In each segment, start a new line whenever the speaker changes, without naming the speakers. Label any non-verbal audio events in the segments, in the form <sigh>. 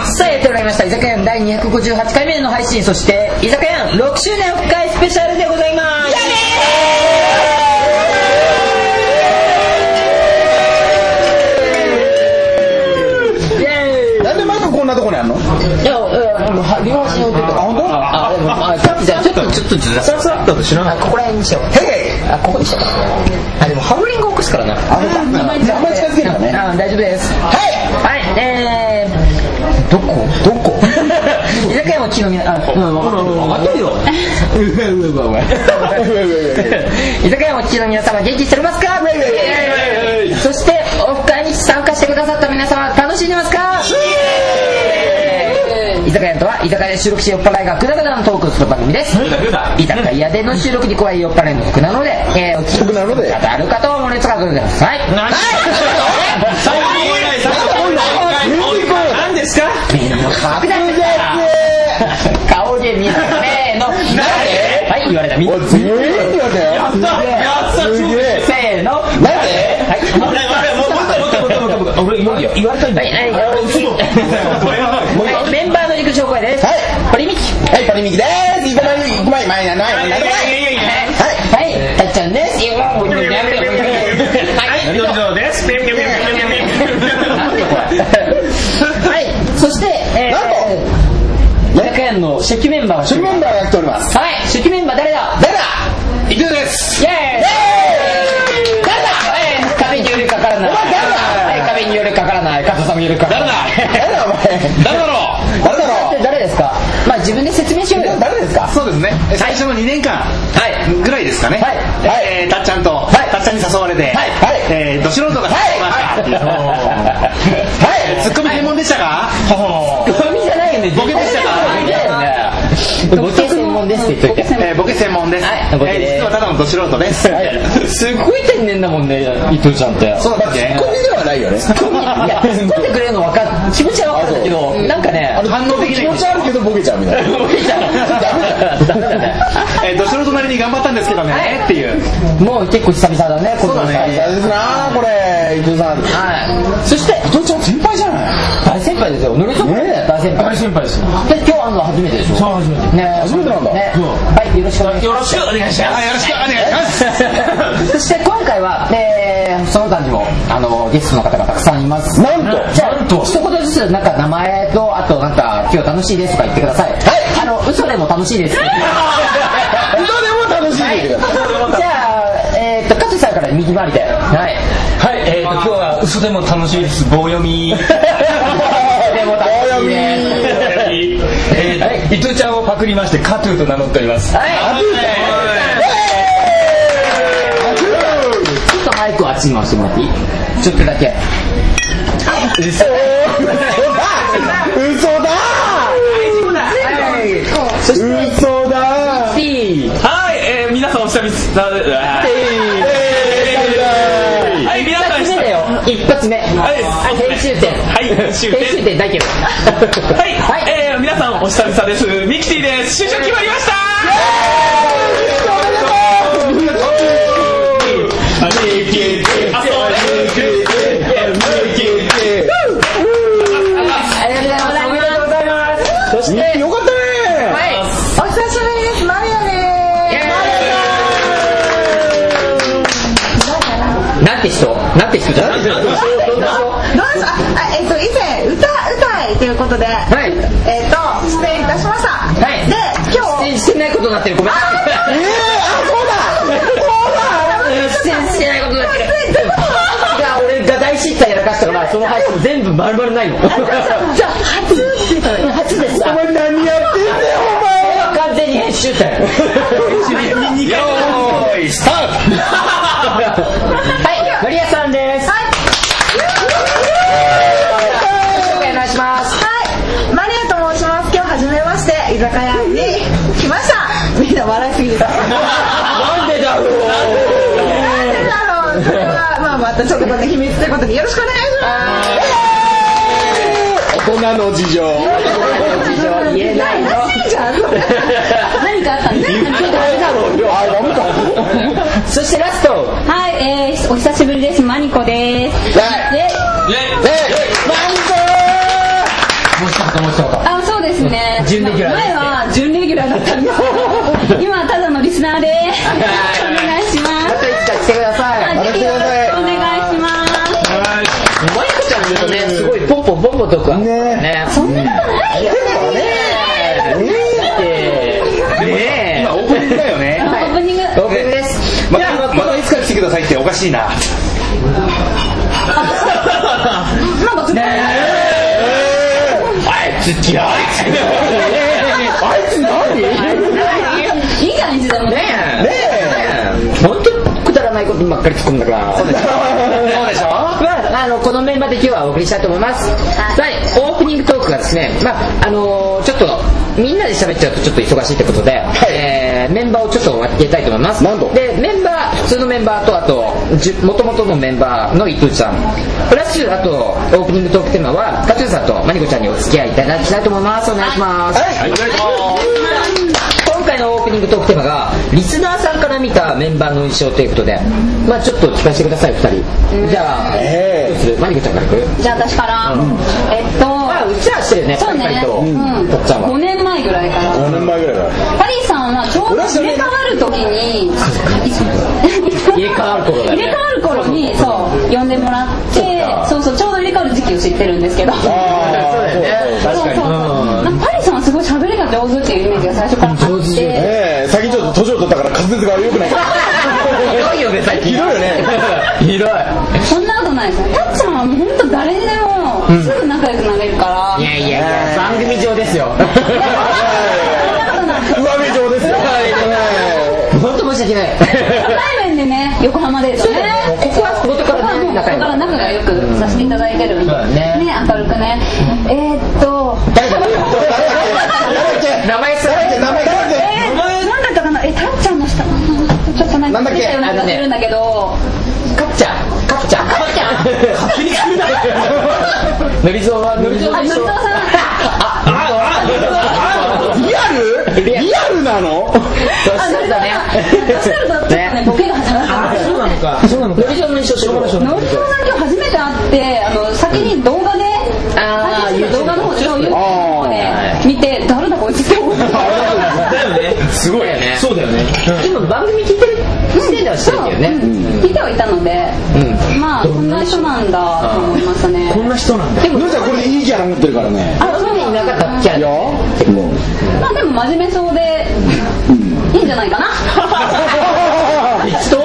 ました居酒屋の第258回目の配信そして居酒屋の6周年オフ会スペシャルでございますイエーイ
なんでマイクこんなとこにあんの
いや、えー、もうはリハーサルの時
あ本当
あ、でも、あ、ちょっとじゃあ、ちょっと、ちょっとずらす。
ささっと知ら
あ、ここら辺にしよう。
へい
あ、ここにしよう。あ、でも、ハウリング起こすからな。
あそうかじゃああんまり近づけるからね
あ、大丈夫です。はいはい、え
どこどこ
ー、居酒屋も木の実、あ、うん、わかった
かってるようわうわうわうわ
居酒屋もちの皆様元気しておりますかそしてオフ会に参加してくださった皆様楽しんでますか居酒屋とは居酒屋で収録し酔っ払いがくだくだのトークをする番組です居酒屋での収録に加え酔っ払いの曲なので、えー、お聞き
僕なので
あるかと思うのですがご了承ください目の顔だ顔で見えないせーのはい言われたみんな
おすげえって言われたよすげえ
せーの
なんで
はい、はい、はい、メンバーの自己紹介です。
はい
堀美樹。
はいパリミキです行かない行く前前やないやない
はい、たっちゃんです。いやもうやめろやめろやめろなんでこれ。はい、そして、えー、
なんと
百円の初期メンバーが。
主メンバーが来ております
はい、初期メンバー誰だ。
誰だ
以上です
イエーイ。誰だ。はい、壁によりかからない。
前誰だ
はい、壁によりかからない。傘さんもよりかからない。
誰だお前
誰だろう
誰だろ
誰
う
ですか。まあ、自分で説明しようよ。
誰ですか
そうですね最初の2年間
はい
ぐらいですかね
はい
えーたっちゃんと
い
たっちゃんに誘われて
はい
はい
えーど素人が誘いましたっていう
はい
ツッコミ専門でしたか
ゴミじゃないよね。
ボケでしたか
ボケだよね。ボケ専門ですって言っといて。
えーボケ専門です
はいボケです
えー実はただのど素人です
すっごい天然だもんね、伊藤ちゃんって。
そうだね
ツッコミではないよね
いや、突っ込んでくれるのわかっ気持ちはわかるんだけど、なんかね、
反応でき
気
ない
持ちあるけどボケちゃうみたいな
ボケちゃう。ダメだね。
えーど素人なりに頑張ったんですけどねっていう
もう結構久々だね、この
そうだね
大ですなこれ伊藤さん
はい。そして、
伊藤ちゃん先輩じゃない
大先輩ですよ。乗り込む
ねえ
大先輩。
大先輩ですよ
で、今日あんの初めてでしょ
そう初めて
ね
初めてなんだ
ねはい、よろしくお願いします。
よろしくお願いしま
あ
す
よろしくお願いします
そして今回は、えー、その他にもあのゲストの方がたくさんいます
なんと
じゃあ
なんと
一言ずつなんか名前とあとなんか今日楽しいですとか言ってくださいはいあの嘘でも楽しいです
嘘でも楽しんでいてください
じゃあえー、っと加藤さんから右回りではい
はい、えー、と今日は嘘でも楽しいです棒読 <laughs> み
<laughs> でも楽しいです
えーと伊藤ちゃんをパクりましてカトゥーと名乗っております
はいちょっとマイクをあっちに回してもらっていいちょっとだけ
嘘だ
そして
嘘だ
T
はい、えー、皆さんお久々ではい
一
皆さん
発目だよ一発目
い
はい編集点
はい編集点
編集点だけど
はい、
はい
えー、皆さんお久々ですミキティです就職決まりました
ありがとうござ
あそう
います。そして、
よかったね
はい、お久しぶりです、マリアです。なんて人なんて人じゃない
<laughs> どうぞあえっと以前歌歌いということで、
はい。
えっと出演いたしました、
はい
で
出
今日
演してないことになってる。ごめん。
えー、あそうだ
出演してないことになってる。いや、俺が大失態やらかしたから、その配信全部丸々ないの。
じゃあ初って言ったら
初です。
お前何やってんだよ
完全に編集点。
よーいスタート
はい、マリアさんです。
はい
お願いします。
はいマリアと申します今日初めまして居酒屋に来ましたみんな笑いすぎてたなん
なんで
で
だろう。
だろうそれはまあまたちょっとこれ秘密ということでよろしくお願いします
お前大人の事情
事情言えないの。
らしいじゃんそれ
何かあったんですか
あダメか
そしてラスト。
はい、えー、お久しぶりです。マニコです。
はい
で、
えマンゴ
もう一方、もう一方。
あ、おね。
準レギュラーです
前は準レギュラーだったんですけど、今はただのリスナーです。お願いしま
またいつか来てください。
す。
また来てください。
お願いします。
マリコちゃん見るとね、すごいポンポンポンポンとか。ね
ね
ねそんなことないよねえね
今オープニングだよね
オープニング。
え。オープンです。
またまたいつか来てくださいっておかしいなあい
なんかすごい
つ嫌い
あいつ何
いいじゃないですか。もう
ねえ。
ね
本当くだらないことばっかり突っ込んだから。そうでしょ。
そうでしょ
まあ、あのこのメンバーで今日はお送りしたいと思います、はい、オープニングトークがですね、まああのーちょっとみんなで喋っちゃうとちょっと忙しいってことで、えーメンバーをちょっと分けたいと思います
なんと
でメンバー普通のメンバーとあともともとのメンバーの伊藤ちゃんプラスあとオープニングトークテーマはカトゥーさんとマニコちゃんにお付き合いいただきたいと思いますお願いします、
はいお願いし
今回のオープニングトークテーマがリスナーさんから見たメンバーの印象ということでまあちょっと聞かせてください2人じゃあ、
ええ
どうするマニコちゃんから来る
じゃあ私から、えっ
まあ
と、
うちらはしてるよね
そう
パリ
ね
パリ、と
うん、
とっちゃん
5
は
年前ぐらいから。
5年前ぐらいだ。
パリーさんはちょうど入れ替わる時に
入れ替わる頃だよ
入
ね
れ替わる頃にそう呼んでもらってそうそうちょうど入れ替わる時期を知ってるんですけどそう
ああ、
そうだよね
そう
そうそ
そ
う
うなんかパリーさんはすごい喋りが上手っていうイメージが最初からあって
ねえ、最近ちょっと年を取ったから滑舌が良くないから。
ひどいよね最近
ひどいよね。
ひどい
そんなことないですねたっちゃんはもう本当誰でもすぐ仲良くなれるから
いやいやいや番組上ですよ
上目状ですよ。
本当申し訳 <laughs> ない
初対面でね横浜デートね
ここは仕事からね
もうこ
仲良
こか
く
ら仲が良くさせていただいてるんで
うんね
ね明るくねえーっと
誰だ名前さ
誰だっけ名前誰だっ
えー、なんだったかなえたっちゃんの下ちょっとなん
な
か
んだっけ
出たような気がするんだけど
カプチャーカプチャーカプチャー勝手に来るなのりぞうはのりぞう
あ、
で
の
し
ぞ
ょ
さ
けリアルリアルなの
んあ、のりぞね年取るとちょっとね、ボケが下がって
そうなのかそうなのか
のりぞうの印象しょうがないしょうが
のりぞさん今日初めて会ってあの先に動画で
あー
配信する動画の方ちょっと YouTube の方
あ
で見て誰だこいつって
<laughs>
思った
だよね
すごいよね
そうだよね
今番組聞いてる時点ではしてるけどね
うん聞いてはいたので
うん
まあこんな人なんだと思いましたね
こんな人なんだ
でも
のりちゃんこれいいキャラ持ってるからね。
あ、そう
いなかったっけ
いいよ。もう。
まあでも真面目そうでいいんじゃないかな
<laughs> 一 <laughs> 度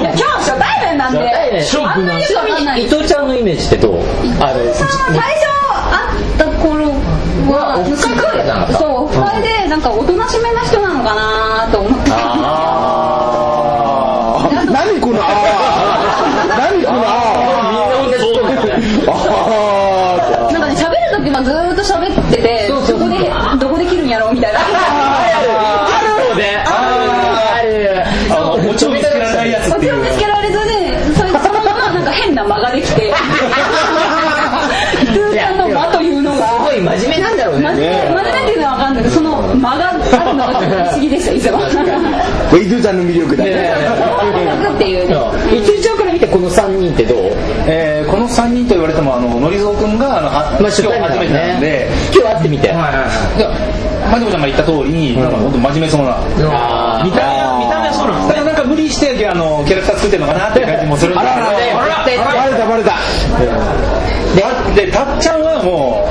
いや
<laughs>
今日初対面なんで
ショックな
ちなみに
伊藤ちゃんのイメージってどうあの
最初会った頃は
オフ会かなんかだった
そうオフ会でなんかおとなしめな人なのかなと思って
ああ。何こ
<laughs>
のああ。何このああ。あ
なんかね喋る時もずーっと喋ってて
そうそうそう
どこでどこで切るんやろう
<laughs>
みたいな
そうねある
あもちろん知らないやつっ
こって
い
ちを見つ
う
けられずにそれそのままなんか変な間ができ
<laughs>
てずーっとの間というの
す
が
ごい真面目なんだろう
真面
ね
目真面目っていうのは分かんないけどその間があるのがちょっと不思議でしたい
<laughs>
つも。
あ。これ伊豆ちゃんの魅力だ
ね
ね。
っていうね
伊藤ちゃんから見てこの3人ってどう
えーこの3人と言われてもあののりぞうくんがあのは今
まあ
日
初対面
初
だか
めてな
ら
ん
ね
で
今日会ってみて
はいはいはいまじちゃんが言った通りなんか本当真面目そうな
あー
見た目見た目そうなんですなんか無理してあのキャラクター作ってるのかなっていう感じもするんですけど
あらら
あら
バレたバレた。
でたっちゃんはも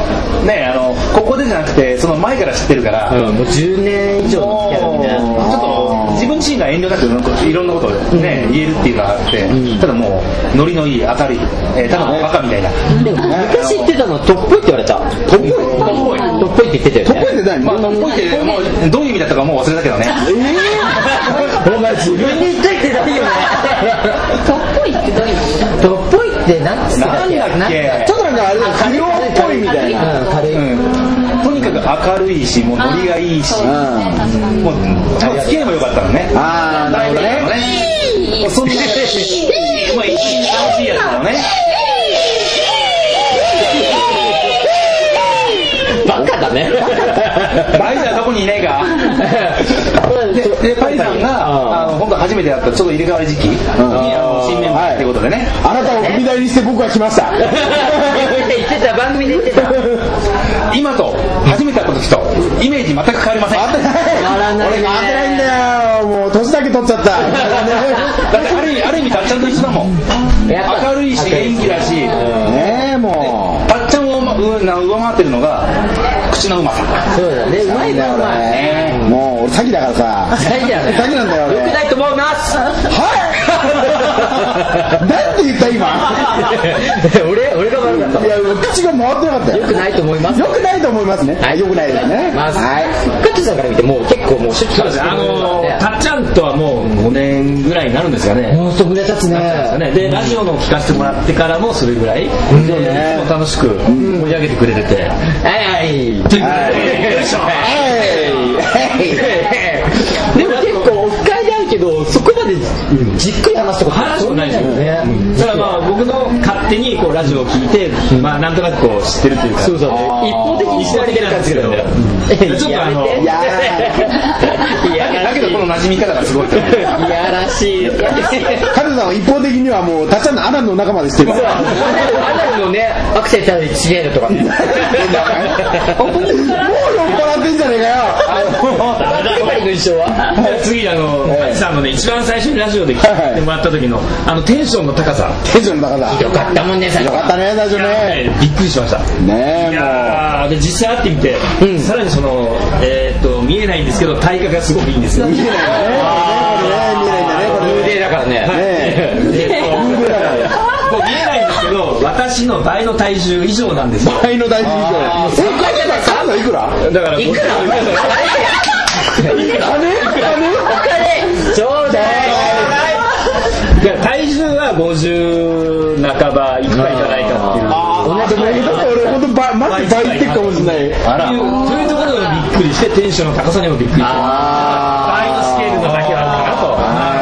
うねあのここでじゃなくてその前から知ってるから、もう
うんもう10年以上の付き合いだもんね
ちょっと自分自身が遠慮なくなんかいろんなことを、ね言えるっていうのがあって、ただもうノリのいい明るい、えーただのバカみたいな、
でも昔言ってたのトップって言われたトップ
ぽい
トップって言ってた
ト
よ
ッ
ね
プって何？
まあ、もうどういう意味だったかもう忘れたけどね
ええ。お前自分で言っといてないよね。
そっぽいってどういうの
トップって何つってたっけ
なんだっけ
なんか
ちょっとなんかあれだよ不良っぽいみたいな。
うん軽い
うん、とにかく明るいしもうノリがいいし
そうですね確かに
もう付き合えばよかったのね
ああ、なるほどね。
ねそんなまあ一日楽しいやつだよね
バカだね
バイザーどこにいねえか
そうだ
でパイさんがあの本当初めてやったちょうど入れ替わり時期にあの新メンバーっていうことでね
あなたを踏み台にして僕は来ました。
言ってた番組で言ってた
今と初めて会った時とイメージ全く変わりません
<laughs> 当てない。俺が当てないんだよ。もう年だけ取っ
<laughs>
ちゃった。
だってある意味ある意味たっちゃんと一緒だもん
やっぱ
明るいし元気だし
ねえ、も。
たっちゃんをうな上回ってるのが口のうまさ
そうだねうまいうもんうまい
ねえもう俺詐欺だからさ。
詐欺だね
詐欺なんだよ。
よ
俺
くないと思います
はい。なんて言った
<laughs>
今。
俺俺が悪かった
いや、口が回ってなかったよ。
よくないと思います
よくないと思いますね。はい、よくないですね。
まず
はい。
カッチさんから見てもう結構もうシュッとして
あの
ね
ー、たっちゃんとはもう5年ぐらいになるんですかね。
もうそぐらい経つね
で、ラジオのを聞かせてもらってからもそれぐらい、でいつも楽しく盛り上げてくれてて、
はいはい
ということでよいしょ
でも結構オフ会であるけどそこまでじっくり話すとこ
話すことないですよ
ね
ただまあ僕の勝手にこうラジオを聞いて、まあなんとなくこう知ってるというか、
そうそう一方的に
一方的なんですけど
うん
ちょっとあの
やめて
いや
いやら
だ
し
け
い
どこの馴染み方がす
<laughs>
ごいと思う
いやらしい
カズさんは一方的にはもう、たっちゃんのアナの仲間でしてるから。
アナルのねアクセントで違えるとかね
もう酔っ払ってんじゃねえかよ。
今回の衣装は
次あの、ハイジさんのね、一番最初にラジオで聞いてもらった時の、あのテンションの高さ、
テンションの高さ。
よ
よ
かったもんねさ
かったね、最初ね。
びっくりしました。
ね
い
え、も
やーで実際会ってみて、さらにその、えーっと見えないんですけど体格がすごくいいんですよ
う。見えないんだね。これね、見えないんだね、これ
無
ね。
礼だからね
ねえ。
こう見えないんですけど私の倍の体重以上なんですよ
倍の大事以上。え、カズさん、カズさんいくら
だから
いくらちょうだい
いや体重は50半ばいくかいかないかっていう
あー、でも俺ほんと倍、マジ倍いってっかもしんない。
あらそういうところにもびっくりしてテンションの高さにもびっくりして倍のスケールのだけはあるかなと
は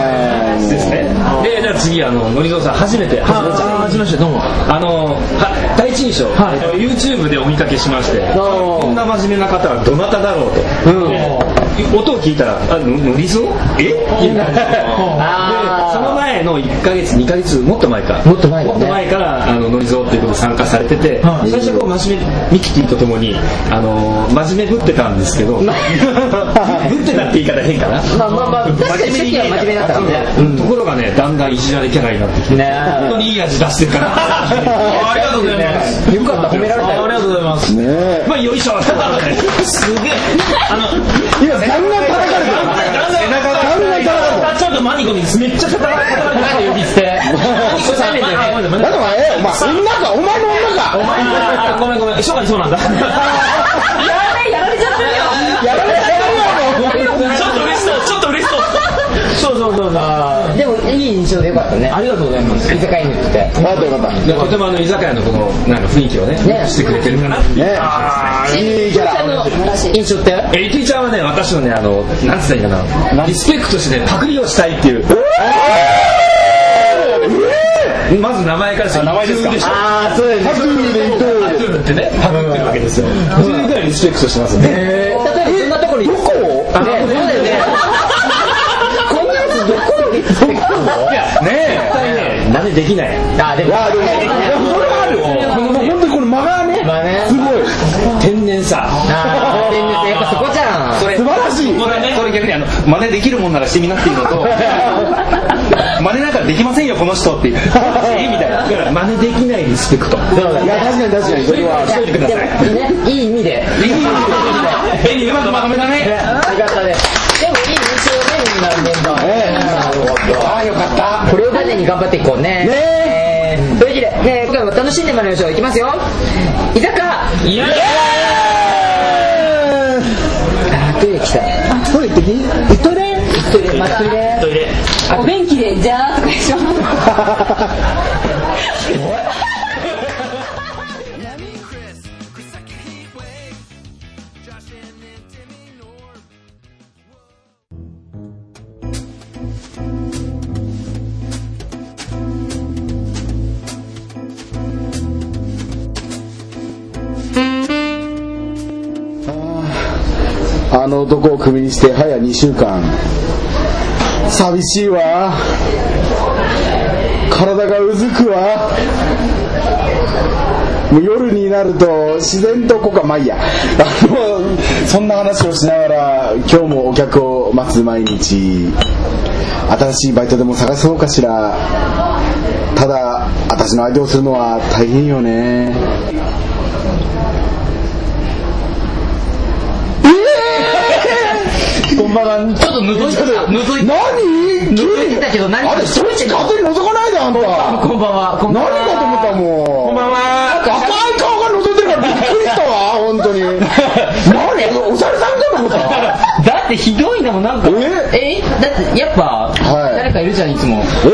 い
ですねでじゃあ次あののりぞうさん初めて初めて初めてどうもあのは第一印象、YouTube でお見かけしましてこんな真面目な方はどなただろうと、で音を聞いたら「あののりぞうえって <laughs> 言ったんですよでその前の1か月2か月もっと前かもっと前,、からあののりぞうっていうことに参加されてて、最初こう真面目ミキティとともにあの真面目ぶってたんですけど
<laughs>
ぶってたって言い方変かな
まあまあまあ確かに初期 <laughs> は真面目だったからね
うんところがねだんだんいじられキャラになってきて本当にいい味出してるから <laughs> ありがとうございます
よかった褒められたよ
ありがとうございます
ねえ。
まあよいしょすげえあの
今、ガンガン叩かれてる。
背中が
ガンガン叩かれてる。
ちょっとマニコにめっちゃ叩かれて呼び捨て
なんだお前、えお前、女か、お前の女か。
お前あごめんごめん初夏にそうなんだ
やられちゃってるよ
やられやられやろ
ちょっと嬉しそうちょっと嬉しそうそうそうそうそう
でもいい印象でよかったね
ありがとうございます
居酒屋に行って
あとよかった。
いやとてもあの居酒屋のこのなんか雰囲気をね良くしてくれてるかなっていう
ねえ。いいキャラ。
印象って
エリティちゃんはね、私のね、あの、なんつったらいいかな、リスペクトしてね、パクリをしたいっていう。まず名前からして、名前ですかでしょ。
ああそうです
タクーで行く。
パクるってね、パクってるわけですよ。それぐらいリスペクトしてますね。
例えばそんなところにどこあねそうだよねこんなやつどこに
絶対ね、真似できない。
あでも
あ、でも、いやこれはあるよ。この、本当にこの間がね、
まあね
すごい。
天然さ。
ああやっぱそこじゃん
それ
素晴らしい。
これねこれ逆にあの真似できるもんならしてみなっていうのと真似なんかできませんよこの人っていうえみたいな
だから真似できないリスペクト。
そうだ
い
ね
や、確かに確かに、それは。
しといてください。
いい意味で
エリーうまくまとめたね。
よかったですでもいい印象ねみんなメンバー
ああ、よかった。
これをバネに頑張っていこうね
ね
えーというわけで、ね、今回も楽しんでまいりましょういきますよ居酒屋
いや
あトイレ来た
トイレ行ってき
トイレトイレまあトイレ
トイレ。
お便器でじゃーとかでしょ
<laughs>
あの男をクビにして早2週間寂しいわ体がうずくわもう夜になると自然とここかまあいいやあのそんな話をしながら今日もお客を待つ毎日新しいバイトでも探そうかしらただ私の相手をするのは大変よねこんばんは
ちょっと覗いてた覗いて
何
覗いてたけど何
あ
か
れそれ勝手に覗かないであんた
こんばんはこんばん
何
は
かと思ったもん
こんばんは
赤い顔が覗いてるからびっくりしたわ本当に何お猿さんかと思ったわ
だってひどいのもなんか
え
えだってやっぱ
はい
誰かいるじゃんいつも
え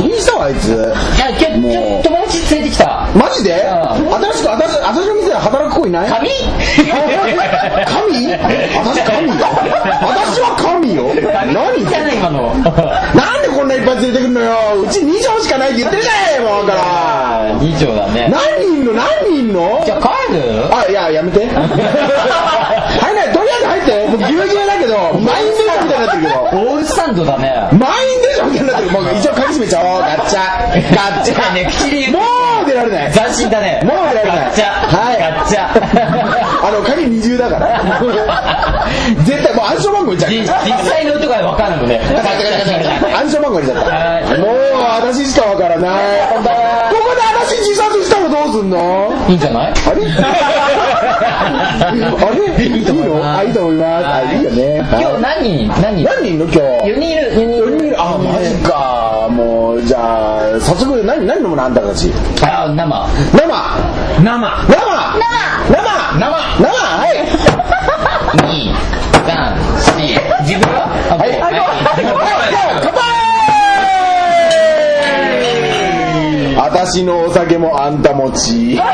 不倫したわあいつ
あ今日今
も
日友達
う
連れてきた
マジで
うん
新しく私私の店で働く子いない
髪
神私神よ私は神よ何
じゃない今の
なんでこんないっぱい連れてくんのようち2畳しかないって言ってるじゃねえもうだから
以上だね
何人いんの何人いんの
じゃあ帰る
あ、いや、や <laughs> めて。入らない、とりあえず入って。もうギュウギュウだけど、満員電車みたいになってるけど。
オールスタンドだね
満員電車みたいになってる。もう一応鍵閉めちゃおう。ガッチャ。ガッチャ。
ね口で言う
もう出られない。
斬新だね
もう出られない。
ガッチャ
はい。
ガッチャ
あの、鍵二重だから。絶対、もう暗証番号入れちゃう
じ実際の音が分からんのね
ガチャガチャガチャガチャ暗証番号入れちゃった。もう私しかわからない。ここで私自殺したらどうすんの
いいんじゃない
あれあれいい
と思います
のあ、いいと思います。あ、いいよね。
今日何人何人
何人いんの今日。
4人いる4人いる
四人いるあ、マジか。もう、じゃあ、早速、何、何飲むのあんたたち。
あ生
生生
生
生生
生
生はい。
2 3 4自分はあ
はい。
はい
乾杯私のお酒もあんた持ち。
ま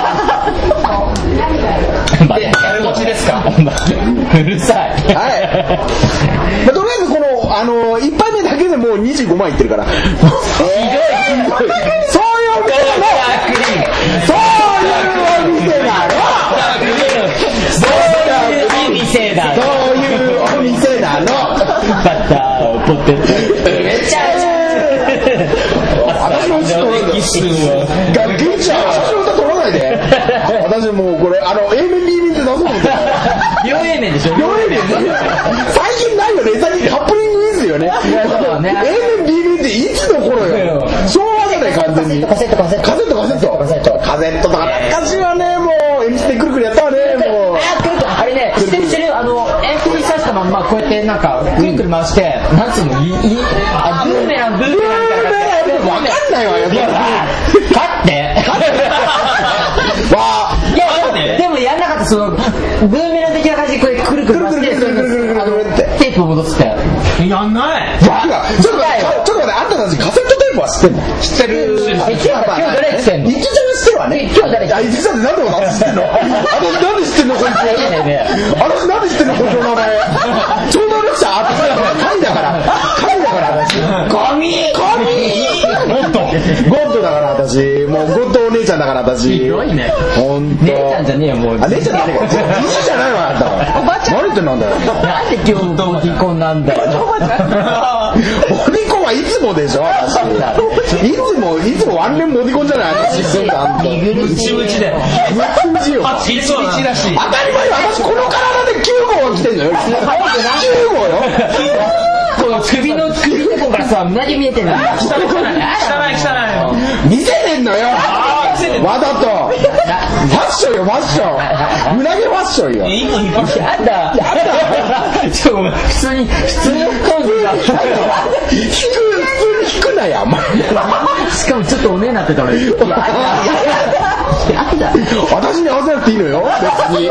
あね持ちですかうるさい
はい。まあとりあえずこの、あの一杯目だけでもう25万いってるから。ひどい、ひどい。そういう店の、そういうお店なの
いい店だ
そういうお店なの
バターをポテトめちゃ
私のうち取らないで。ガキンちゃん、私の歌取らないで。私もうこれ、あの、A 面 B 面で出そうと思ってた。
両 A 面でしょ
両 A 面最近ないよね、最近カップリングですよね。
そうね
A 面 B 面っていつの頃よ。昭和じゃない、完全に。
カセットカセット
カセットカセットカセットとか懐かしいわねもう MC でくるくるやったわねもう
あくるくるあれね知ってる知ってるあのエントリーさせたまんまこうやってなんかくるくる回してなんつうのいいいあブーメランブーメランみたいな感じで
わかんないわよ
いや勝って
わあ
いやでもやんなかったそのブーメラン的な感じでこれくるくる回して
くるくるくるくるくる
あの
くるって
テープを戻すって
やんない
僕がちょっと待ってちょっと待ってあんたたちカセットテープは知ってんの知ってる
え今日今日どれしてんの
いきちゃんが知ってるわね
え今日誰
あいきちゃんって何で私知ってんの私なんで知ってんのこ
い
い
やいやい
つ私なんで知ってんのこいつの名前超能力者あ神だから神だから私
神
神ゴッドゴッドだから私もうゴッドお姉ちゃんだから私
ひどいね
本当。
姉ちゃんじゃねえよもう
あ、姉ちゃんじゃねえか。じじいじゃないわ、あんたは。おばちゃん。何言ってんのあんだよ。
なんで今日のコーヒーこんなんだよ
モディコンはいつもでしょ私いつも、いつもワンレンモディコンじゃない私、すんだ、あんた。む
ムチムチで
ちよ。当
ピチピチだした
り前よ、私この体で9号は来てんのよ。9号よ。
この首の首のとこからさ何見えてんの
汚い汚い
見せてんのよ。わざと。ファッションよ、ファッション。胸毛ファッションよ。
やだちょっとごめん普通に普通にコンビが
引く、普通に引くなや、お前。
しかもちょっとおねえなってた俺やだやだ
私に合わせなくていいのよ別に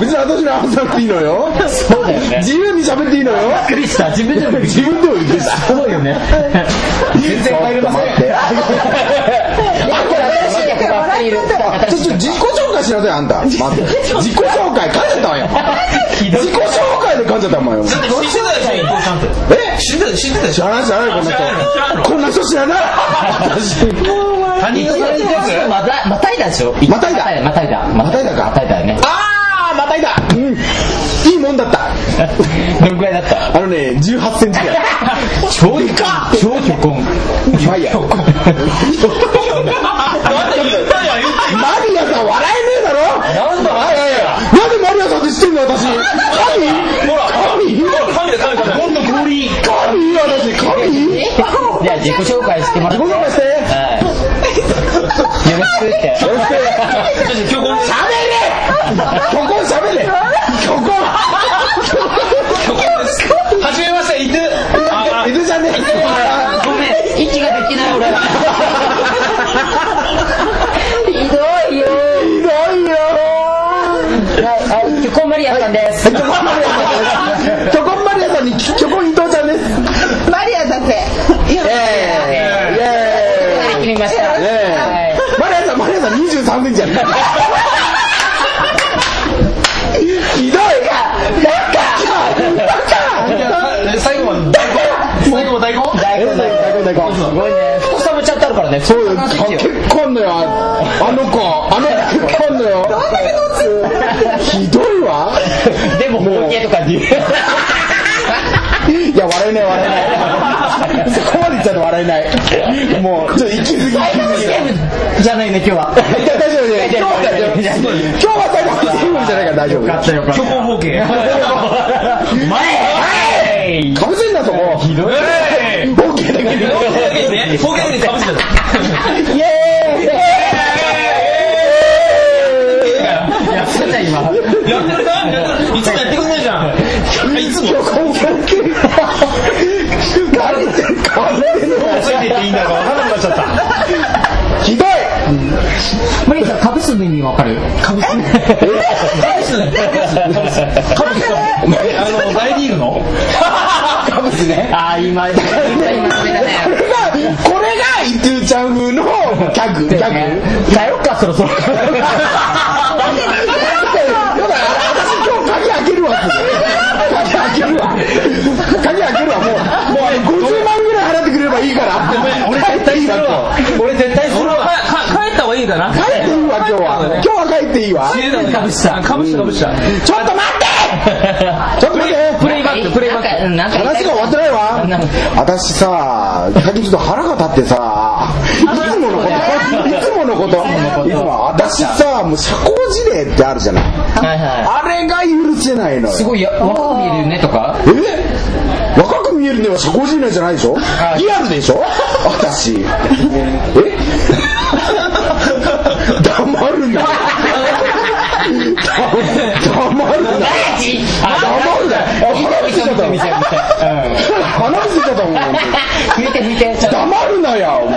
別に私に合わせなくていいのよ
そうだよね
自由に喋っていいのよ
びっくりした自分でも
自分でも言ってたそうよね全然入れませんちょっと自己紹介しなさいあんたまず自己紹介噛んじゃったわよ自己紹介で噛んじゃったわよえ知ってた知ってた知らない知らないこんな人こんな人知らない私
他人とされてるまたまたいだでしょ
またいだ
またいだま
またいだか
またいだよね
あーまたいだうんいい問ンだった
どのくらいだった
あのね18センチぐらい
超いか超巨根
マリアマリアさん笑えねえだろ
なんだあいやいや
なんでマリアさんって知ってんの私神ほら神
神だ神だ
今度氷神私神
じゃあ自己紹介してもらって
ごめんなさい
はいよろしくって
そして
巨根
喋れ巨根喋れ巨
初めまして犬
根犬じゃねえ
ごめん息ができない俺
ひどいよ
はい巨根マリアさんです
巨根マリアさん巨根マリアさんに巨根伊藤ちゃんです
マリアだぜ。いや
イエーイイエーイ
決めました
ねえマリアさんマリアさん23センチやねひどい
最後は最後は大根
大根大根大根
すごいね太さぶちゃってあるからね
そうよ
な
あ
んですよ
結婚のよああの子あの子結婚のよひどいわ
でも包茎とかって言う
いや笑えない笑えないそこまで言っちゃうと笑えないもうちょっと息づき
じゃないね今日は
大丈夫ね今日は大丈夫今日は大丈夫チームじゃないから大丈夫
ったよかった巨根包茎前前
かぶせんなともひどい OK だけど
ね方言にかぶせちゃった
イエ
やってた今
やってるなやってるいつもやってくんないじゃん
ーイいつもこう関係何言ってるか分かんねえの
ついていっていいんだか分からなくなっちゃった
ひどい
マリアさんかぶすの意味わかるかぶす
お前あの大リーグの
かぶすね
ああ今だ
これがこれが伊藤ちゃん風のギャグギャグ
変えよっかそろそろ
だから私今日鍵開けるわ鍵開けるわ鍵開けるわもうもうあれ50万ぐらい払ってくれればいいからごめん俺絶対いいわ今日
俺絶対それは
帰った方がいいんだな
帰っていいわ今日は今日は帰っていいわ <laughs>
かぶしたかぶしたかぶした
ちょっと待ってちょっと待って
プレイバックプレイバックなんか
話が終わってないわ
なんか
私さ最近ちょっと腹が立ってさいつものこといつものこといつも私さもう社交辞令ってあるじゃない
はいは
あれが許せないのよ
いすごいや若く見えるよねとか
え若く見えるねは社交辞令じゃないでしょリアルでしょ私え
<laughs>
黙るな黙るな黙るな鼻水ちゃったもん鼻水ちゃったもん本当に
見て見てちょっと
黙るなやお前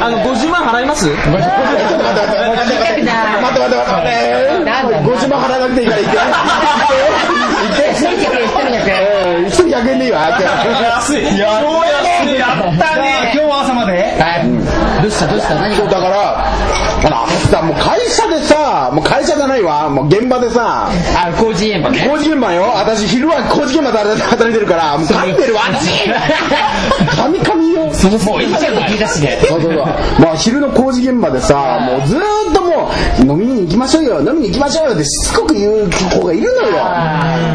あの50万払います
<laughs> 待って待って待って待って待って待って待って待って待って50万払わなくていいから行
<laughs>
って行って行って一人100円でいいわ
安いや超安いやったね
今日は朝まで
どうしたどうした何
そう
が
だからあのさもう会社でさもう会社じゃないわもう現場でさ
あ工事現場ね
工事現場よ私昼は工事現場で働いてるからもう噛んでるわ私噛み噛みよ
そもそも一応聞いたしね
そうそうそう。まあ昼の工事現場でさ、もうずーっともう、飲みに行きましょうよ、飲みに行きましょうよってしつこく言う子がいるのよ。行っ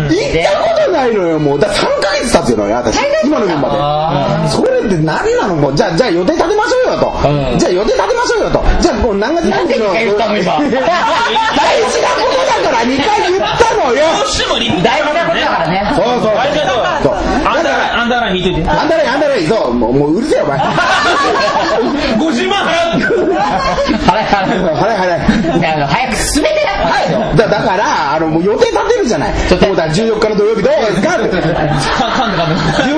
たことないのよ、もう。だ3ヶ月経つよな、私。今の現場で。それって何なのもう、じゃあ、じゃあ予定立てましょうよと。じゃあ予定立てましょうよと。じゃあもう何月何日の。大事なことだから2回言ったのよ。
大事なことだからね
そうそう。そう
アンダーライン
だから、
アンダーライン引いといて
あんたらいいあんたらいいそう、もうもううるせえよ、お前。
50万払う
腹腹
払え払え。
あの早く進めて
はい、だだからあのもう予定立てるじゃないもうだ14日の土曜日どうですかって14日の土曜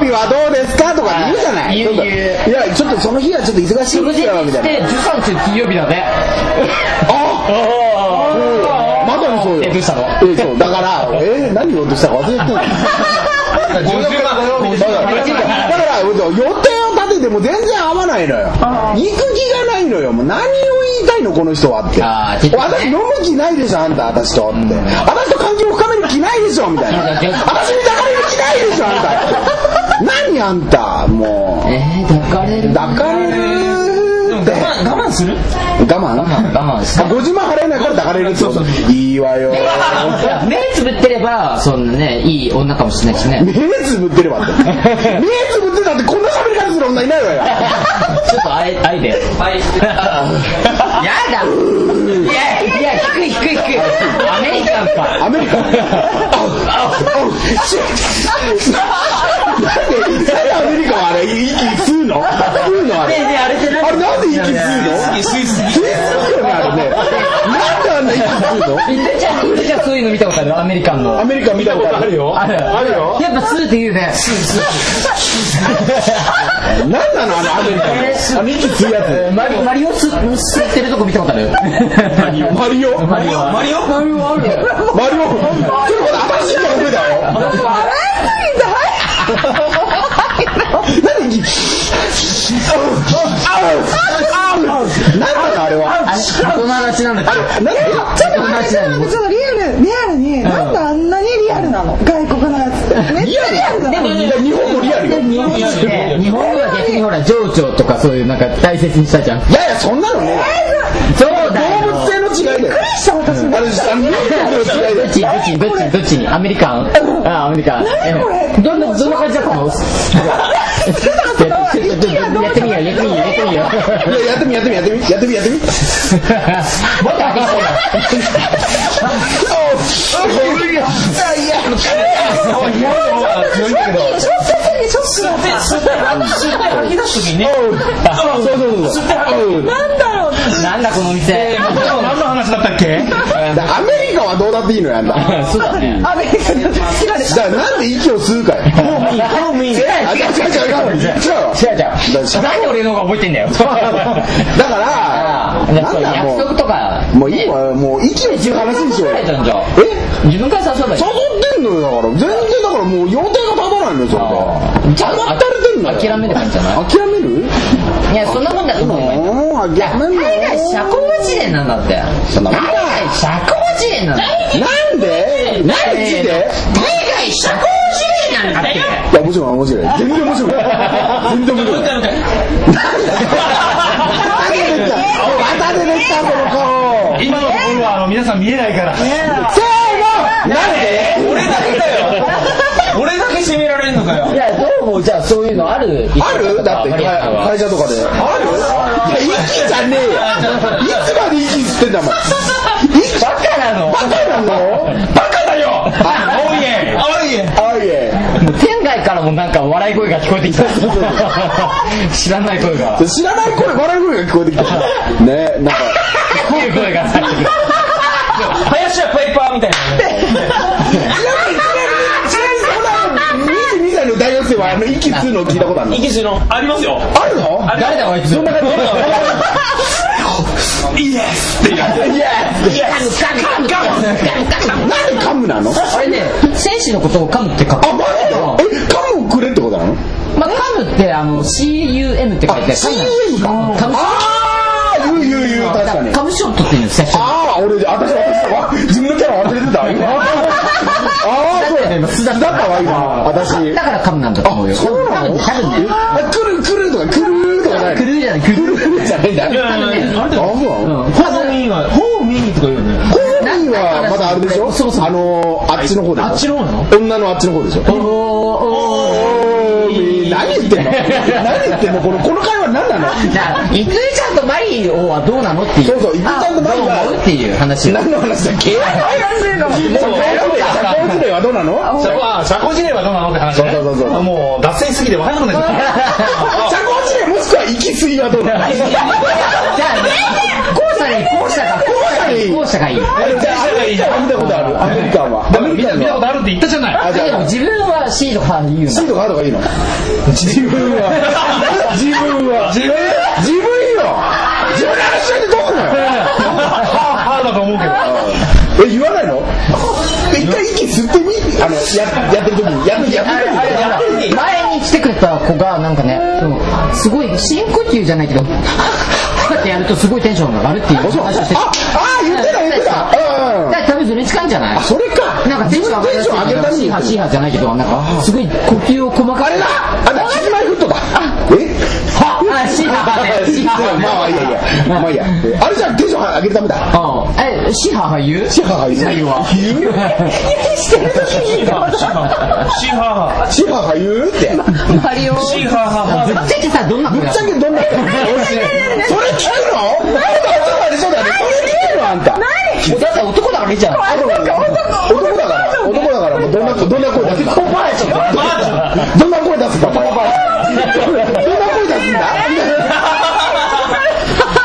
日はどうですかとかって言うじゃない
言
そ
う
うそう
言う
いやちょっとその日はちょっと忙しいんですよみたいな
で13日金曜日だね
ああまさにそうよ
えどうしたの
えそうだからえ何言おうとしたか忘れてた
50万
だからだから予定を立てても全然合わないのよ行く気がないのよもう何を言いたいのこの人はって
あー結局ね
私飲む気ないでしょあんた私とって私と関係を深める気ないでしょみたいな
そうだ
私
け
に
ど
抱かれる気ないでしょあんたって何あんたも
え
う
ー抱かれる
抱かれるって
我慢する
我慢
我慢して
50万払えないから抱かれるってこといいわよ
目つぶってれば
はそんなねいい女かもしれないし
目
ね
つぶってれ
<laughs>
ばって目つぶってたってこんな喋り方する女いないわよ
ちょっとあいあいでやだいやいや低い低い低いアメリカンか
アメリカンおうシュなんでなんでアメリカはあれ息吸うの吸うのあれ
ねえねえあれってなんか
あれなんで息吸うの吸いすぎ吸いすぎよねあれねなんであんな息吸うの
みんなちゃんみんなちゃんそういうの見たことあるアメリカンの
アメリカン見たことある
ある
あるよ
やっぱスーって言うね
なんなのあのアメリカンあの息吸うやつ
マリマリオス吸ってるとこ見たことある
マリオマリオ
マリオマリオある
マリオそれまだ新しいの上だよ何にあうあうあうなんなのあれは
あれ人の話なんだけど
なんで
ちょっと待ってちょっと待ってちょっとリアルリアルになんであんなにリアルなの外国のやつってめっちゃリアルなの
いや日本もリアルよい
日本って日本は逆にほら情緒とかそういうなんか大切にしたじゃん
やいやそんなのね
そうだよ
動物性の違いだよ
した私
あれあの民族の違い
ど
だ
っ
よ
ちどっちどっちどっちにアメリカンあアメリカン
何これ
えどんなどんな感じだったのやってみようやってみようやってみようやってみよう
いややってみやってみやってみやってみやってみ
また激しいな
吐き出す時にね
そうそうそうそう
なんだこの店
何の話だったっけ
だアメリカはどうだっていいのよあんだ
そうだね
アメリカの好きなんです
だからなんで息を吸うかよ
違う違う違う違う違う
あ違う違う違う違うだ
何で俺の方が覚えてんだよ
だからなんだ
約
も
束とか
うもういいわもう息を吸う話にしようよ
えじゃんじゃあ
え
自分から誘えばいい
誘ってんのよだから全然だからもう予定が立たないのよそれで
じゃあ
まったれてんのよ
諦めればいいんじゃない
諦める
いやそんなもんだと思うよ
もう諦めんの
海外社交辞令なんだって
そんなもんだ
海外社交辞令なんだ
なんでなんで
えー
いや
海外社交辞令なんだって
面白い面白い全然面白い全然面白いなんだまた出てきたまた出てきたこの顔
今のところはあの皆さん見えないから
せーのなんで
俺だけだよ俺だけ責められんのかよ
いやどうもじゃあそういうのある
あるだって会会社とかであるいや息じゃねえよいつまで息吸ってんだ <laughs> お前
バカなの
バカなの
バカだよおいえおいえ
あいえ
もう天外からもなんか笑い声が聞こえてきた知らない声がっ
知らない声笑い声が聞こえてきた <laughs> ねなんか
ていう声がさっき
林はパイパーみたいなね
ちなみにちなみにこの22歳の大学生はあの息吸うのを聞いたことあるの
息吸うのありますよ
あるの
あれ
誰だこいつ
イエスって言う
いやなんでカムなのあ
あれね選手のことを噛むって書く
マジでえカムをくれってことなの
まあ、カムってあの CUM って書いてある
CUM か
カム
ああ言う言う言う確かに
カムショットっていうの最初
ああ俺私私わ自分のキャラ忘れてた今ああそうだ津田だったわ今私
だからカムなんだと思うよ
そうなの
多分ね
あくるくるとかくるーとかない
クルーじゃないクルー
くるじゃないんだ
いやいやいやあれだよ
あそうなの
ホーミーはホーミーとか言うよね
コーヒーはまだあれでしょ
そうそう
あのーあっちの方でしょ
あっちの方なの
女のあっちの方でしょ
おーおー
おー何言ってんの何言ってんのこのこの会話何なの
じゃあ、イクイちゃんとマリオはどうなのっていう。
そうそうイクイちゃんとマリオは
どう思うっていう話を。
何の話だっけ
もう
社交辞令はどうなの社
社交社交辞令はどうなのって話ね
そうそうそうそう
もう脱線しすぎて分かんなくなっちゃった
交辞令もしくは行き過ぎはどうなの
じゃあ、後者がいい、後者が、後者がいい。
じゃあアメリカは見たことあるアメリカンは
だから見た見たことあるって言ったじゃない
あじ
だけど
ゃあ
自分は C とか言うの。
シートがあるとかいいの自分は自分は自分自分よ自分の話しないでどうすんのよ
はあだと思うけど
え言わないの一回息吸ってみあのややってる時にやってるやってる時に
前に来てくれた子がなんかね、そうすごい深呼吸じゃないけど、こうやってやるとすごいテンションが上がるっていう話をして
ああ言ってた言ってたうんうん
だから多分それに近いんじゃない
あそれか
なんか
自分のテンション上げるために
シー
言
ハ
って
シー
る
ハじゃないけど、なんかすごい呼吸を細かく。
あれだあだキスマイフットだえ
ああシーハ
<laughs>
ーねシーハー
まあいいやいやまあいいやえあれじゃあテンション上げるためだ
うんえシーハー俳優
シーハー俳優
俳優は
してる時に
シーハ
シーハー俳優って
マリオ
ーシーハーハーハー
ちゃちゃさどんな子
ぶっ
や
ちゃけどんなそれ聞くのあんた男でしょだってそれ聞くのあんた
だって男だからいいじゃん
男だから男だからもうどんなどんな声出すのどんな声出すんだお前どんな声出すんだ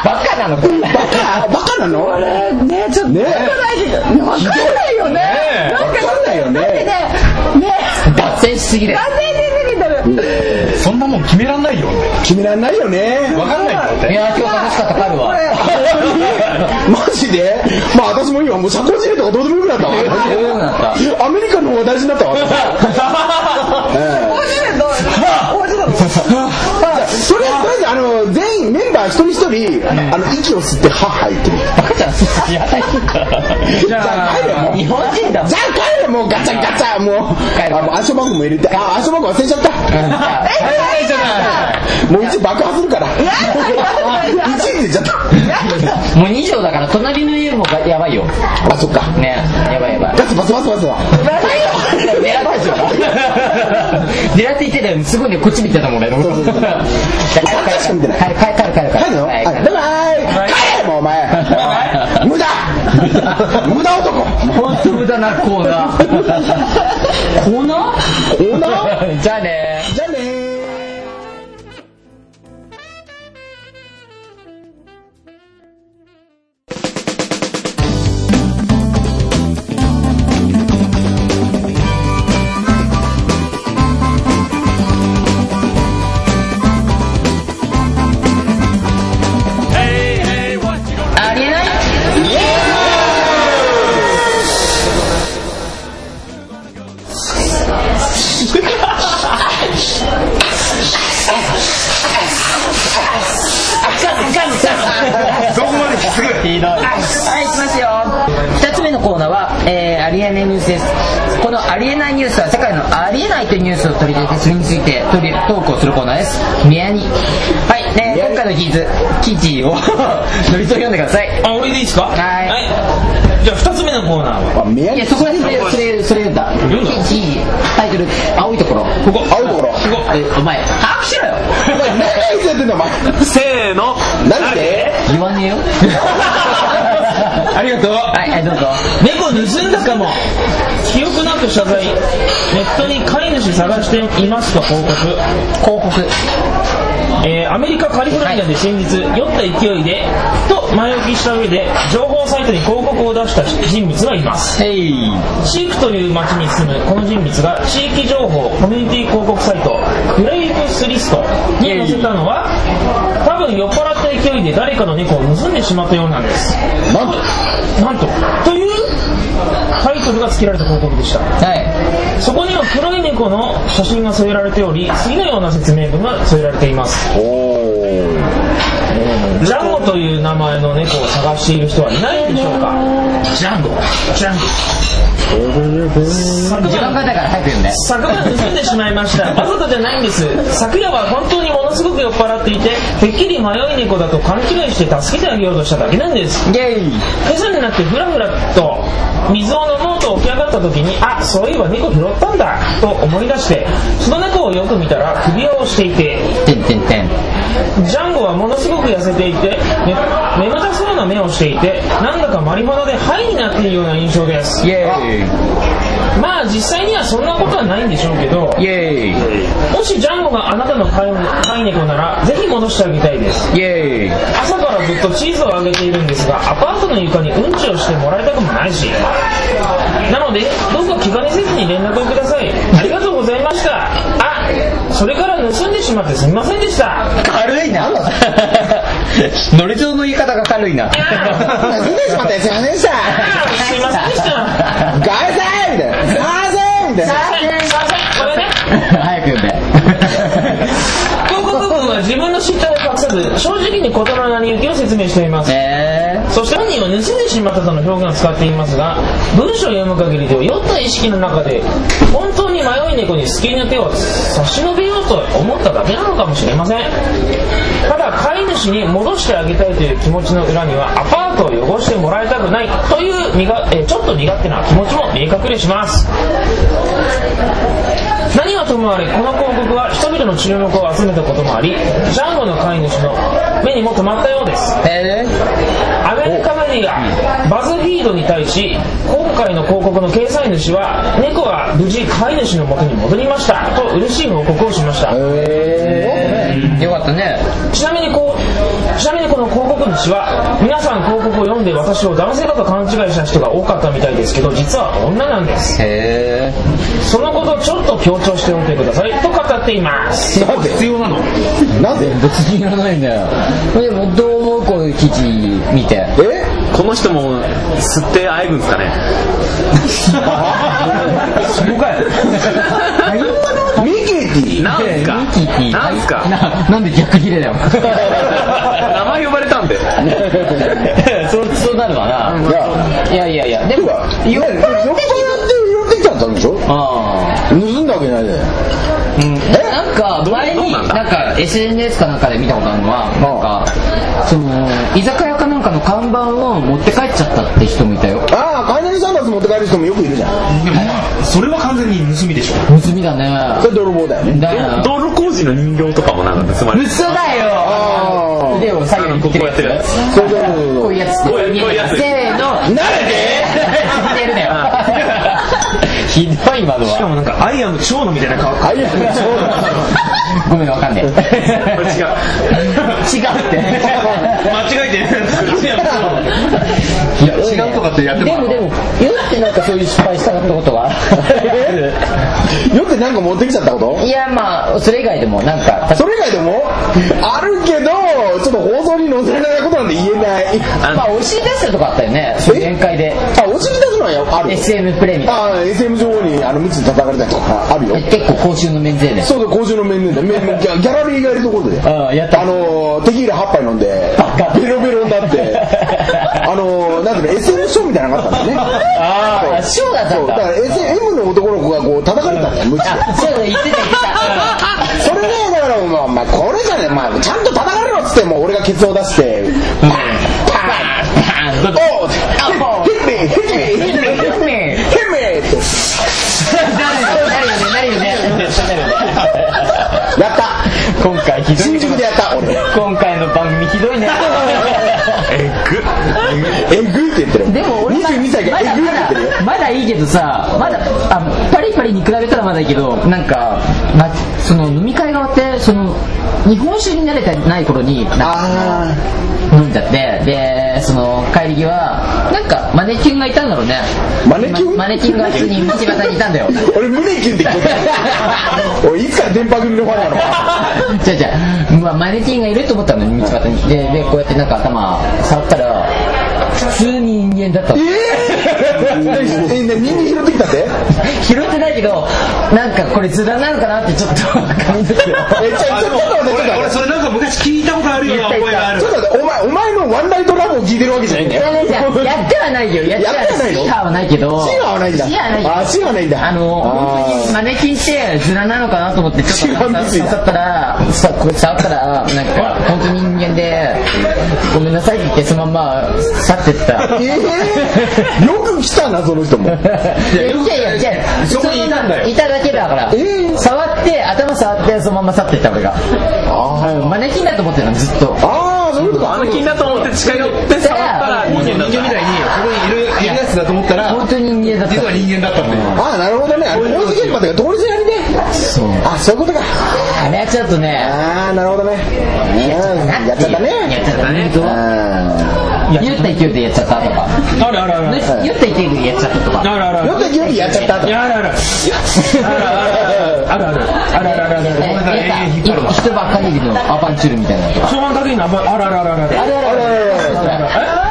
バカなのこれ
バカバカなの
これねちょっと
ね
分からないけど分かんないよねなんか
わかんないよね
だってねね
脱線しすぎで
完全に過ぎてる
そんなもん決めらんないよ
決めらんないよね
わかんないよって
いやー今日楽しかった帰るわ
マジでまあ私も今もう社交辞令とかどうでもよくなったわアメリカの方が大事になったわ
面白いどう面白い
それとりあえずあの全員メンバー一人一人あの息を吸って歯吐いてみる
じゃあ
日本人だ
じゃあ帰れもうガチャガチャもうあもう暗証番号も入れてあ暗証番号忘れちゃったもう一爆破するから一って言っちゃった
もう2畳だから隣の家もがやばいよ
あそっか
ねやばいやばい
ガスバスバスバスだ
狙
<laughs>
って狙っていってたよすごいねこっち見てたもんね帰る帰る帰る帰る帰る
帰るのはいバイバイ帰れもうお前無駄無駄男
本当無駄なコーナーコーナーコーナーじゃあね
じゃあねー
ありえない
<laughs>
どこまできつく
はい、いきますよ。二つ目のコーナーは、えー、ありえないニュースです。このありえないニュースは世界のありえないというニュースを取り上げて、それについて取りトークをするコーナーです。宮に。はい、ね、今回のキーズ、キーチーを、 <laughs> のりと読んでください。
<laughs> あ俺でいいですかはいじゃあ2つ目のコーナーは
あ目や
い
に
や、そこら辺で、それ、それ読んだ。キ
読んだ
ーチー、タイトル、青いところ。
ここ
青いところ
ここ
え、お前、把握しろよ。
何回やってんだお前
せーの
何で
言わね <laughs> えよ。
ありがとう
はい、はい、どうぞ。
猫盗んだかも記憶なく謝罪ネットに飼い主探していますと報告
広告。
えーアメリカ・カリフォルニアで先日、酔った勢いでと前置きした上で情報サイトに広告を出した人物がいます
えい。
シークという町に住むこの人物が地域情報コミュニティ広告サイトグレイブスリストに載せたのは多分酔っ払った勢いで誰かの猫を盗んでしまったようなんです
なんで
なんとというタイトルが付けられた広告でした
はい。
そこには黒い猫の写真が添えられており次のような説明文が添えられていますジャンゴという名前の猫を探している人はいないでしょうかジャンゴジャンゴ昨
時間
晩
がだから早く読んで。
昨晩盗んでしまいましたわざとじゃないんです昨夜は本当にものすごく酔っ払っていててっきり迷い猫だと勘違いして助けてあげようとしただけなんです
イェイ。
今朝になってふらふらと水を飲もうと起き上がった時にあそういえば猫拾ったんだと思い出してその猫をよく見たら首輪をしていて
てんてんてん。
ジャンゴはものすごく痩せていて、ね眠たそうな目をしていてなんだかマリファナでハイになっているような印象です
イェイ。
まあ実際にはそんなことはないんでしょうけど
イエーイ
もしジャンゴがあなたの飼い飼い猫ならぜひ戻してあげたいです
イエーイ
朝からずっとチーズをあげているんですがアパートの床にうんちをしてもらいたくもないしなのでどうか気兼ねせずに連絡をくださいありがとうございましたあそれから盗んでしまってすみませんでした
軽いなノリゾーの言い方が軽いな
出てしまったやつやねんさ
すみませんでした
ガサーみたいなガサーみたいな
これね
<laughs> 早く読ん <laughs> で
広告文は自分の失態を隠さず正直に事の成り行きを説明しています
え
そして本人は盗んでしまったとの表現を使っていますが文章を読む限りでは酔った意識の中で本当に迷い猫に救いの手を差し伸べようと思っただけなのかもしれませんただ飼い主に戻してあげたいという気持ちの裏にはアパートを汚してもらいたくないというにがえーちょっと苦手な気持ちも見え隠れします何はともあれこの広告は人々の注目を集めたこともありジャンゴの飼い主の目にも留まったようです
え
アメリカメディアバズフィードに対し今回の広告の掲載主は猫は無事飼い主の元に戻りましたと嬉しい報告をしました
ー、よかったね
ちなみにこうちなみにこの広告主は皆さん広告を読んで私を男性だと勘違いした人が多かったみたいですけど実は女なんです
へ
そのことをちょっと強調しておいてくださいと語って
<laughs>
います
なんで
必要なの
なんで
別にいらないんだよでもどう思うこういう記事見て
え
この人も吸ってあえぐんですかね
そこかよ
ミキティ
なんすか
ミキティ
なんすか
ななんで逆切れだよ
名前呼ばれたんで
そうそうなるわない
いや
やいやいやで
い
も
やいやよっぽどやって拾ってきたんだったんでしょ
あ
盗んだわけないで
あうんなんか前になんか SNS かなんかで見たことあるのはなんかその居酒屋かなんかの看板を持って帰っちゃったって人もいたよ
ああ買い投げサンダース持って帰る人もよくいるじゃん
それは完全に盗みでしょ
盗みだね
それ泥棒だよね
だよ
道路工事の人形とかもなんか盗まれて
嘘だ
あ
よ
ー
腕を左右に
こうやってるやつ
それそうそう
こ
そうう
いうやつこういうやつせーの
慣
<laughs>
れて
似てる <laughs> だよひどい今の
しか
は
もなんかアイアム蝶野みたいな顔
あいやそうだ
ごめんわかんねえ
違う <laughs>
違うって
間違えて
いや違うとかってやってでもでもよってなんかそういう失敗したってことは
よくなんか持ってきちゃったこと
いやまあそれ以外でもなんか
それ以外でもあるけどちょっと放送に載せられないことなんて言えない
まあお尻出したとかあったよね宴会で
あお尻出すのはやある
SM プレミア
ああ SM 女王にあのムチ叩かれたりとかあるよ
結構公衆の免税で
そうだ公衆の面々で面々ギャギャラリーがいるところで
ああやった
あのーテキーラ8杯飲んでベロベロにな
<laughs>
ってあのーなんていうの SM ショーみたいなのがあったんだよね
ああショーだった
そ
ん
うだから
だ
SM の男の子がこう叩かれたんだよムチで
あそうだ言ってた言ってた
それねだからお前お前これじゃねえ、まあ、ちゃんと叩かれろっつってもう俺がケツを出してパンパンおうヒッピーヒッピーヒッピーヒッピーって
なるよねなるよねなるよね
やった
<laughs> 今回ひどい
新宿でやった俺
今回の番組ひどいね
えぐいって言ってる
でも俺ま
22歳が
ま
え
だ
ぐい
ま
って言ってるよ
だまだいいけどさまだあパリパリに比べたらまだいいけどなんか、ま、その飲み会が終わってその日本酒に慣れてない頃になんか
あ
飲んじゃってでその帰り際なんかマネキンがいたんだろうね
マネキン
まマネキンが普通に道端にいたんだ
<laughs>
よ
ー俺胸キュンって
<laughs>
言ってた俺いつから電波組のファンなのか
じゃじゃまあ、マネキンがいると思ったの道端にででこうやってなんか頭触ったら普通に人間だったの
ええね人間拾ってきたって
拾ってないけどなんかこれ図談なのかなってちょっと分かんないですよ
えちょちょちょっと待ってちょっと待
俺
って
それなんか昔聞いたことあるような覚えがある
ちょっと待ってお前お前のワンナイトラブを聞いてるわけじゃないんだ
いやいや
よ
いややってはないよやっては
やってはないの
シーはないけど
シーはないんだ
シーはないよ
あシーはないんだ
あの
あー
本当にマネキンってズラなのかなと思ってちょっと
違うんですよ
刺さったらさこれ触ったらなんか本当に人間でごめんなさいって言ってそのまま去ってった
ええよく来たなその人も
いやいやいや違う
そこにいたんだよ
いただけだから、
ー
触って頭触ってそのまま去ってった俺が
あ
マネキンだと思ってたのずっと
あーそういうこと
あの金だと思って近寄って触ったら人間だった
たいにここにいるいるやつだと思った
本当に人間だった
は人間だったんだよ
ああなるほどねあの工事現場とか同時やりね
そう
あそういうことか
あれはちょっとね
ああなるほどねうんやっちゃった
や
ね
っちゃったね。言
う
った勢いでやっちゃったとか。
あるあるあるある
言った勢いでやっちゃったとか。
あるあるあ
ん
る
よくよくやっちゃったと
いやあるあるあるあるあるあるあるあるあるあるあるある
ね一晩限りのアバンチュールみたいなのとか。
超満確認のあばあるあるあるある
あれあれあれ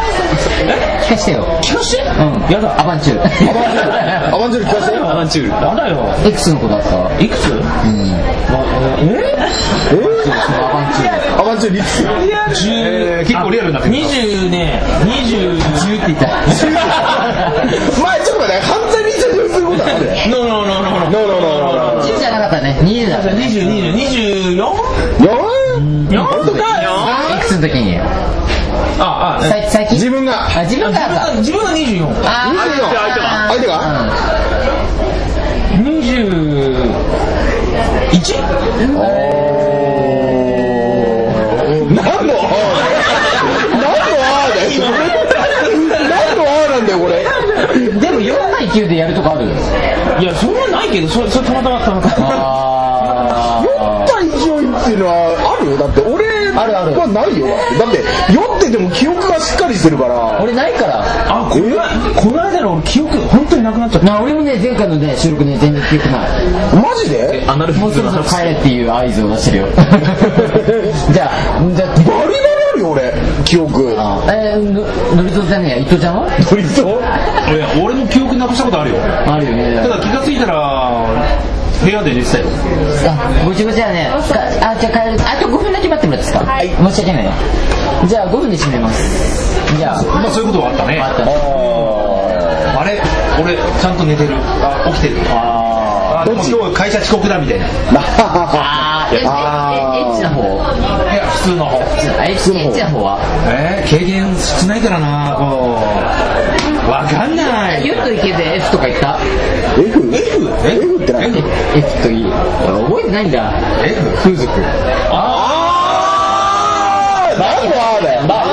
聞かしてよ。聞かしてうん。
やだ
アバンチ <laughs> ュー
アバンジュル聞かせて
アバンチュール
やだよ
ル。いくつの子だった
いくつ
アバンチュール。
アバンジュルいくつ
十
結構リアルになってくる
二十ね二十十って言った
前ちょっと待って犯罪に一緒にすることある
No no no no no
No, no, no, no, no.
なさい20、20、24? 4? とか
いくつの時に
あ、あ、え
さ最近
自分が
あ自分がか
自分が自分
あ
が
相手が相手が
24。21?
何の何のあーだよ何のあーなんだよこれ
うんでも4対9でやるとかある
いや、そんなないけど、それ、それたまたまたまたま。
あ
4対4っていうのはあるよだって俺
あるある
はないよだってだって酔ってても記憶がしっかりしてるから
俺ないから
あ、これは、この間の俺記憶、本当になくなっちゃった。
な俺もね前回のね収録ね全然記憶ない
マジで
アナルフ
も
ィ
う
ズ
そ
ム
ろ
の
そろ
話
帰れっていう合図を出して <laughs> るよじゃあじゃあ
バリバリあるよ俺記憶
えー、ののりぞうじゃねえや伊藤ちゃんは
鳥と
いや俺も記憶なくしたことあるよ
あるよね
ただ気がついたら部屋で寝てたよ
あ、ごちごちだね。かあ、じゃあ帰る。あと5分だけ待ってもらっていいですか。はい。申し訳ないよ。じゃあ5分で閉めます。じゃあ、
まあそういうことはあったね
あった
あれ俺ちゃんと寝てるあ起きてるああでも今日会社遅刻だみたいない
あー、え、え、え、エッチな方
や普通の方
あエッチエッチな方は
えー、経験少ないからなこうわかんない
?U といけで F とか言った
F?
F?
F って何
?F と E。俺覚えてないんだ。
F? 風俗あ
何のあーだよ何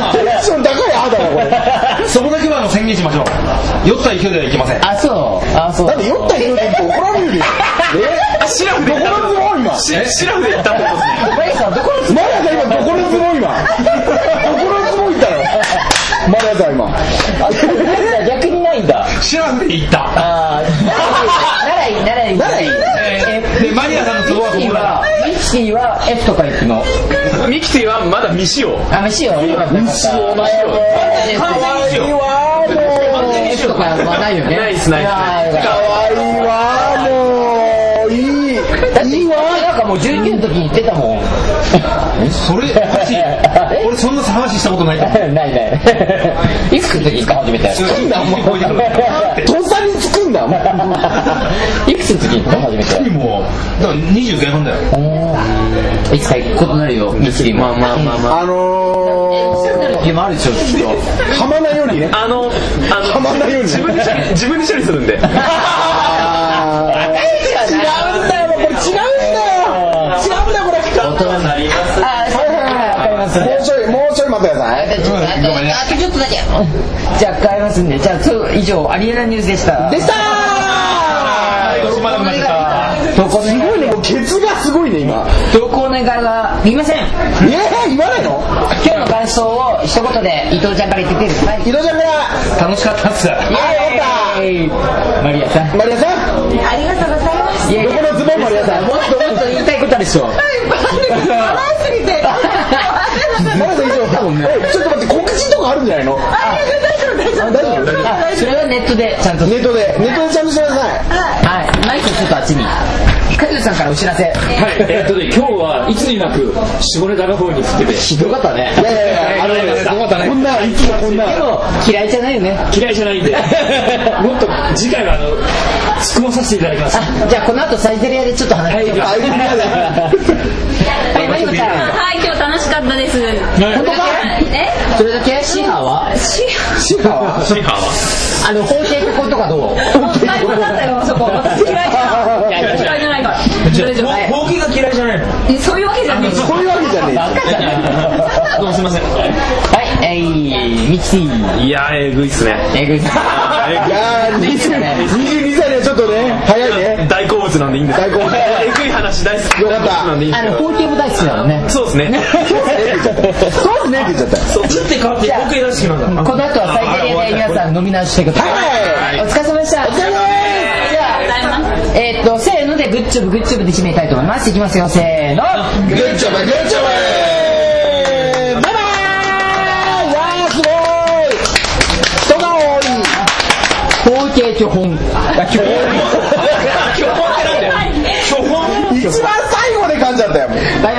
のテンション高いあーだなこれ
あそこだけはあの宣言しましょう酔った勢いではいけません
あ、そう。あ、そう。
だって酔った勢いで怒られるよえ
シラフで
どこのズボン今
シシラフで行ったってことですね
マリさん、どこ
マリアさん今どこのズボン今どこのズボンいったよマリアさん今
に逆にないんだ。
シラフで行った
あー、奈良い、奈良い。
奈良い
えー
でマリアさんのツボはここだ
ミキティは F とか言っての。
ミキティはまだ未使用
あ、飯よ。
未使用未使用
完全に
完全にとかはないよね。
ないっすないっす
あーだか
からわいいわもういい
だっていいわなんかもう19の時に言ってたもん。 <laughs>
それおかしい俺そんな話したことないと思う
ない <laughs> ない。いくつの時ですか初 <laughs> めて。
いいなお前こういうの
とっさに作んな
<laughs>
もう
いくつの時に初めて。
もうだから20前半だよ
いつか行くことになるよ。次も。まあまあまあまあ。
あの
時もあるでしょ、きっと。
ー、はまないようにね
あの
は
あ
まないように
の自分で処
<laughs>
理自分で処理するんで
あー違うんだよこれ違うんだよ違うんだよこれ
大人になります。あー、はいはいはい。わかります。
もうちょいもうちょい待ってくださ
あ
い
とちょっとあとちょっとだけ。じゃあ帰りますんで。じゃあそう以上ありえないニュースでした。でした。投稿お願い
すごいねもうケツがすごいね今
投稿お願いはできません。
えー、言わないの
今日の感想を一言で伊藤ちゃんから言ってください。
井戸ちゃんから
楽しかったっす
イエーイマリアさん。
マリアさん
ありがとうございま
いやいや
どこのズボンマリアさん
もっともっと言いたいことあるでしょ。
す笑いすぎて
マリアさん以上、おいちょっと待って告知とかあるんじゃないの
あそれはネットでちゃんと。
ネットでネットでちゃんとしてくださ
は
い
い。マイクちょっとあっちに。カジュさんからお知らせ。
はい、えーっとね、今日はいつになく下ネタの方に来てて、
ひどかったね
いやいや
<laughs>
いやあのねこんないつもこんな
でも嫌いじゃないよね。
嫌いじゃないんで、もっと次回はあの、突っ込まさせていただきます。
あじゃあこの後サイゼリアでちょっと話しちゃおう
はい
はい、マリコちゃん。
はい、今日楽しかったです。
本当か
え
それだけシーハーは
シーハ
シーハーは
あの、法廷こことかどう
最高だっ
<laughs>
たよ、そこ。私嫌いじゃん。嫌いじゃないから。大丈夫はい
ほうきが嫌いじゃないの
えそういうわけじゃ
<laughs>
ない。
ーそういうわけじゃねえ
バカじゃない
どうもすいません。
はい、えー、ミキティ。
いやーえぐいっすね
えぐい。
いやー
いつだね
22歳ではちょっとね早いね
大好物なんでいいんです
大好物
えぐい話大好き
よかった
大好物なんでいいんで
あの、法廷も大好きだもんね。
そうですね
そうですねって言っちゃった
そう、打って変わって僕が出してきました。
この後はサイゼリアで皆さん飲み直してください。
は
お
い
疲れ様でした。お疲れ様です。じゃあ、えーっと、せーのでグッチョブグッチョブで締めたいと思います。いきますよ、せーの。
グッジョブグッジョブバイバイいやーすごい人が多い
法廷巨本。
巨峰ってなんだよ
一番最後で噛んじゃったよもう
バイバイ。